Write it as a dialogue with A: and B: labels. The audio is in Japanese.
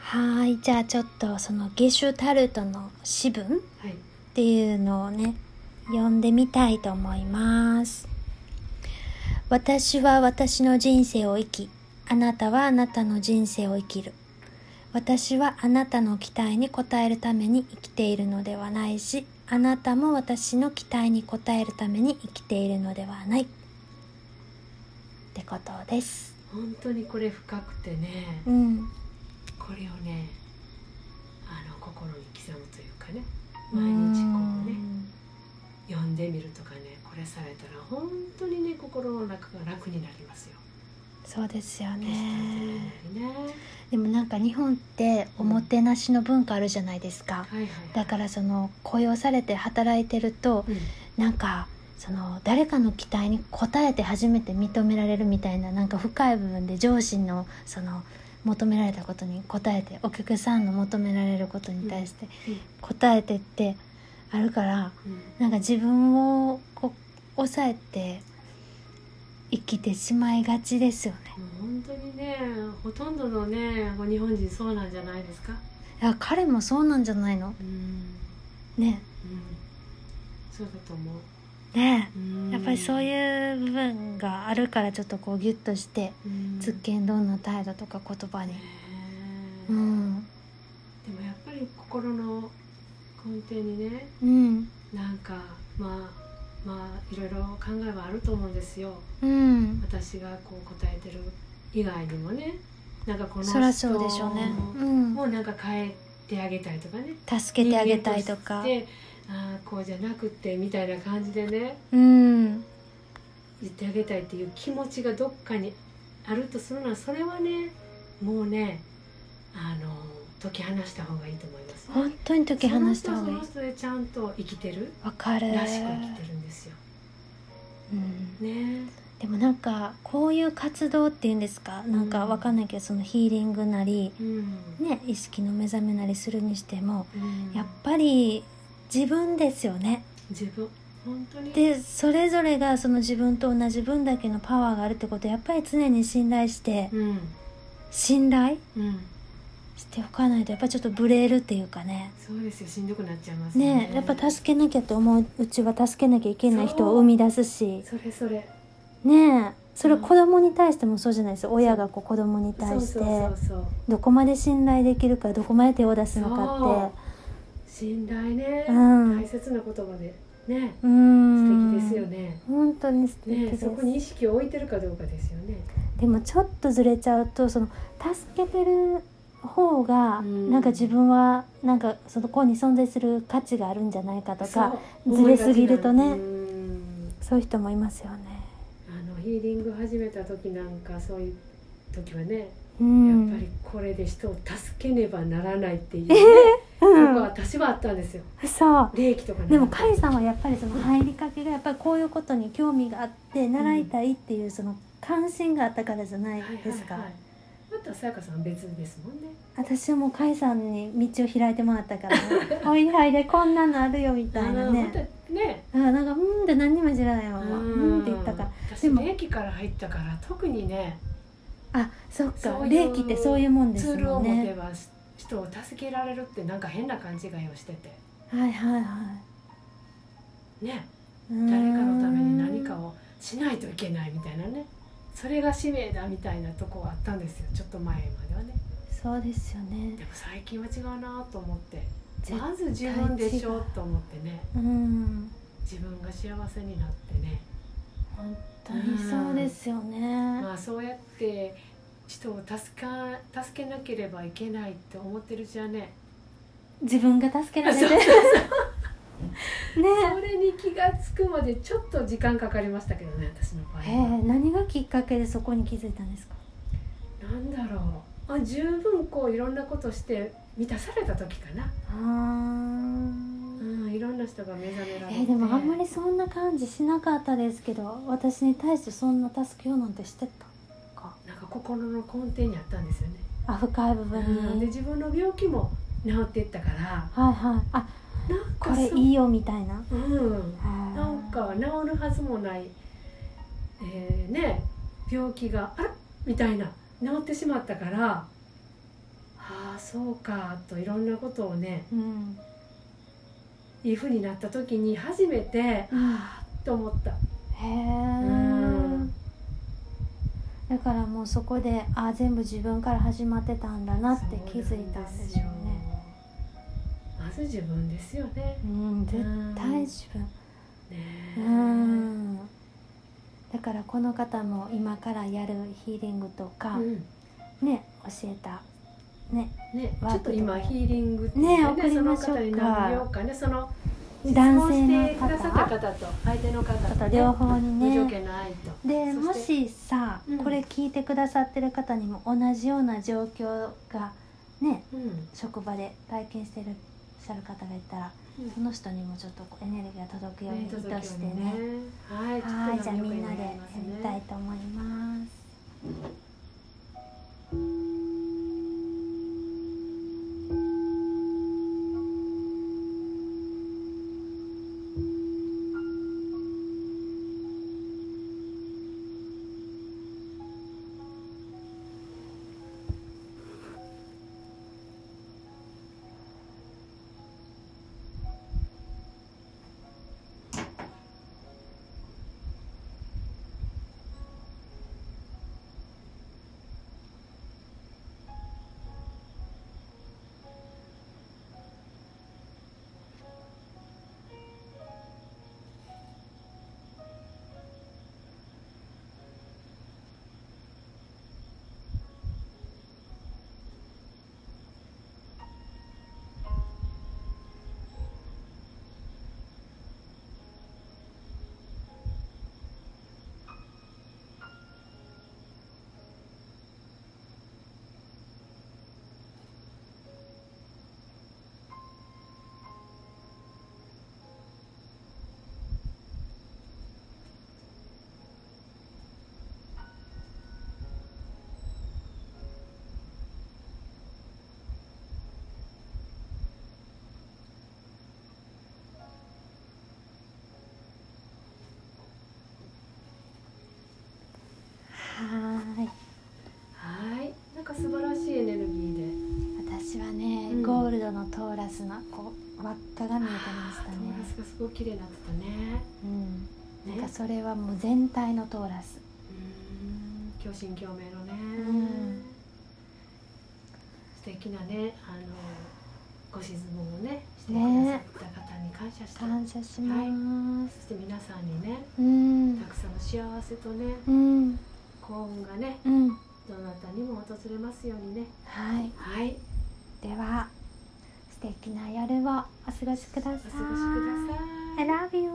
A: はーいじゃあちょっとそのゲシュタルトの詩文っ
B: はい。
A: ていうのをね読んでみたいと思います私は私の人生を生きあなたはあなたの人生を生きる私はあなたの期待に応えるために生きているのではないしあなたも私の期待に応えるために生きているのではないってことです
B: 本当にこれ深くてね、
A: うん
B: これをね、あの心に刻むというかね、毎日こうね、読んでみるとかね、これされたら本当にね心の中が楽になりますよ。
A: そうですよ
B: ゲシュ
A: ね
B: タルトのようにね。
A: でもなんか日本っておもてなしの文化あるじゃないですか、
B: はいはいはい。
A: だからその雇用されて働いてると
B: うん、
A: なんかその誰かの期待に応えて初めて認められるみたいななんか深い部分で上司のその求められたことに応えてお客さんの求められることに対して応えてってあるから
B: うん
A: なんか自分をこう抑えて生きてしまいがちですよね。
B: もう本当にね、ほとんどのね、もう日本人そうなんじゃないですか。
A: いや彼もそうなんじゃないの
B: うん、
A: ね
B: うん、そうだと思う。
A: ね
B: うん
A: やっぱりそういう部分があるからちょっとこうギュッとして
B: うん
A: つっけんどんな態度とか言葉に
B: ね、
A: う
B: え
A: ん
B: でもやっぱり心の根底にね
A: うん
B: なんかまあまあいろいろ考えはあると思うんですよ
A: うん
B: 私がこう答えてる以外にもねなんかこの人
A: そらそうでしょうね、うん、
B: もうなんか変えてあげたいとかね
A: 助けてあげたいとか
B: 人間としてああこうじゃなくてみたいな感じでね
A: うん
B: 言ってあげたいっていう気持ちがどっかにあるとするならそれはねもうねあの解き放した方がいいと思います。
A: 本当に解き放した方
B: そ
A: がいい
B: の人その人でちゃんと生きてる
A: わからる
B: しく生きてるんですよ。
A: うん
B: ね
A: でもなんかこういう活動っていうんですかなんかわかんないけどそのヒーリングなり
B: え。うん。
A: ね意識の目覚めなりするにしても
B: うん
A: やっぱり自分ですよね
B: 自分本当に。
A: でそれぞれがその自分と同じ分だけのパワーがあるってことをやっぱり常に信頼して
B: うん
A: 信頼
B: うん。
A: しておかないとやっぱりちょっとブレるっていうかね
B: そうですよしんどくなっちゃいますね。
A: ねやっぱ助けなきゃと思ううちは助けなきゃいけない人を生み出すし
B: それそれ。
A: ねえそれ子供に対してもそうじゃないです親がこう子供に対し
B: そ
A: て
B: うそうそうそう。
A: どこまで信頼できるかどこまで手を出すのかっ
B: 信頼ね、
A: うん
B: 大切な言葉でね
A: てうーん
B: 素敵ですよね。
A: 本当に素敵
B: ね
A: で
B: え
A: す、
B: そこに意識を置いてるかどうかですよね。
A: でもちょっとずれちゃうとその助けてる方が
B: うん
A: なんか自分はなんかその子に存在する価値があるんじゃないかとか
B: そう
A: ずれすぎるとね
B: 思いがちなんうん
A: そういう人もいますよね。
B: あのヒーリング始めた時なんかそういう時はね、
A: うん、
B: やっぱりこれで人を助けねばならないっていう、ね、
A: うん
B: なんか私はあったんですよ。
A: そう
B: 霊気とかね。
A: でも甲斐さんはやっぱりその入りかけがやっぱりこういうことに興味があって習いたいっていうその関心があったからじゃないですか、
B: はいはいはい、あとはさやかさんは別ですもんね。
A: 私はもう甲斐さんに道を開いてもらったから「 おいでおいでこんなのあるよ」みたいな
B: あ
A: ね
B: ーまたね。
A: だからなんか「うん」って何にも知らないまま「うん」って言ったから
B: 私
A: でも
B: 霊気から入ったから特にね
A: あそっか
B: そういう
A: 霊気ってそういうもんで
B: ツ
A: す
B: ール
A: も
B: を
A: ん
B: 持て
A: ね
B: ばし人を助けられるってなんか変な勘違いをしてて
A: はいはいは
B: ね
A: い誰
B: 誰かのために何かをしないといけないみたいなねそれが使命だみたいなとこあったんですよちょっと前まではね
A: そうですよね
B: でも最近は違うなと思って
A: 絶
B: まず自分でしょ
A: 違う
B: と思ってね
A: うん
B: 自分が幸せになってね
A: 本当にそうですよね
B: まあそうやって人を助か助けなければいけないって思ってるじゃね
A: 自分が助けられて
B: そう
A: ね
B: それに気が付くまでちょっと時間かかりましたけどね私の場合
A: え
B: は
A: ー何がきっかけでそこに気づいたんですか
B: なんだろうあ十分こういろんなことして満たされた時かな、
A: あー
B: うん、いろんな人が目覚めら
A: え
B: れて、
A: ーでもあんまりそんな感じしなかったですけど私に対してそんな助けようなんてしてたか
B: なんか心の根底にあったんですよね、
A: あ深い部
B: うん
A: 分に
B: で自分の病気も治っていったからなんか
A: はいはいあこれ
B: そう
A: いいよみたいな
B: うんな
A: なん
B: か治るはずもない、えーね病気があらみたいな治ってしまったからあああそうかといろんなことをね
A: うん
B: いうふうになった時に初めてああと思った
A: へ
B: ん
A: えだからもうそこであ全部自分から始まってたんだなって気づいたんでしょうね
B: まず自分ですよね
A: うん絶対自分
B: ね
A: う
B: え
A: んだからこの方も今からやるヒーリングとか、
B: うん
A: ね教えたね
B: ね、
A: ワー
B: ち
A: クと
B: ょっと
A: か
B: 今ヒーリングって
A: ね
B: 言って
A: 送りま
B: その
A: しょうか
B: 方に何秒かねその
A: 男性の
B: 質問してくださった
A: 方
B: 方と相手の方
A: 方
B: と
A: 両方にね
B: 無条件の愛と
A: でも
B: そして
A: しさ、
B: うん
A: これ聞いてくださってる方にも同じような状況がね
B: うん
A: 職場で体験してるっしゃる方がいたら
B: うん
A: その人にもちょっとこうエネルギーが届くように
B: ね
A: 意図
B: 届くよう
A: してね
B: にねはいちょっと
A: はいじゃあ
B: 何
A: み
B: 秒か
A: んな
B: に
A: でや
B: りますね
A: りたいと思いますはーい
B: はいなんか素晴らしいエネルギーで
A: 私はね、
B: うん
A: ゴールドのトーラスのこう輪っかが見えてました
B: あ
A: ね
B: ートーラスがすごい綺麗になってたね
A: うん
B: ね
A: なんかそれはもう全体のトーラス
B: うん共振共鳴のね、
A: ん
B: 素敵なねあのご質問をねしてく
A: ね
B: ださった方に感謝して、
A: 感謝します、
B: そして皆さんにね
A: うん
B: たくさんの幸せとね
A: うん
B: 幸運がね
A: うん
B: どなたにも訪れますようにね
A: はい
B: はい
A: では素敵な夜をお過ごしください
B: お過ごしください。
A: I love you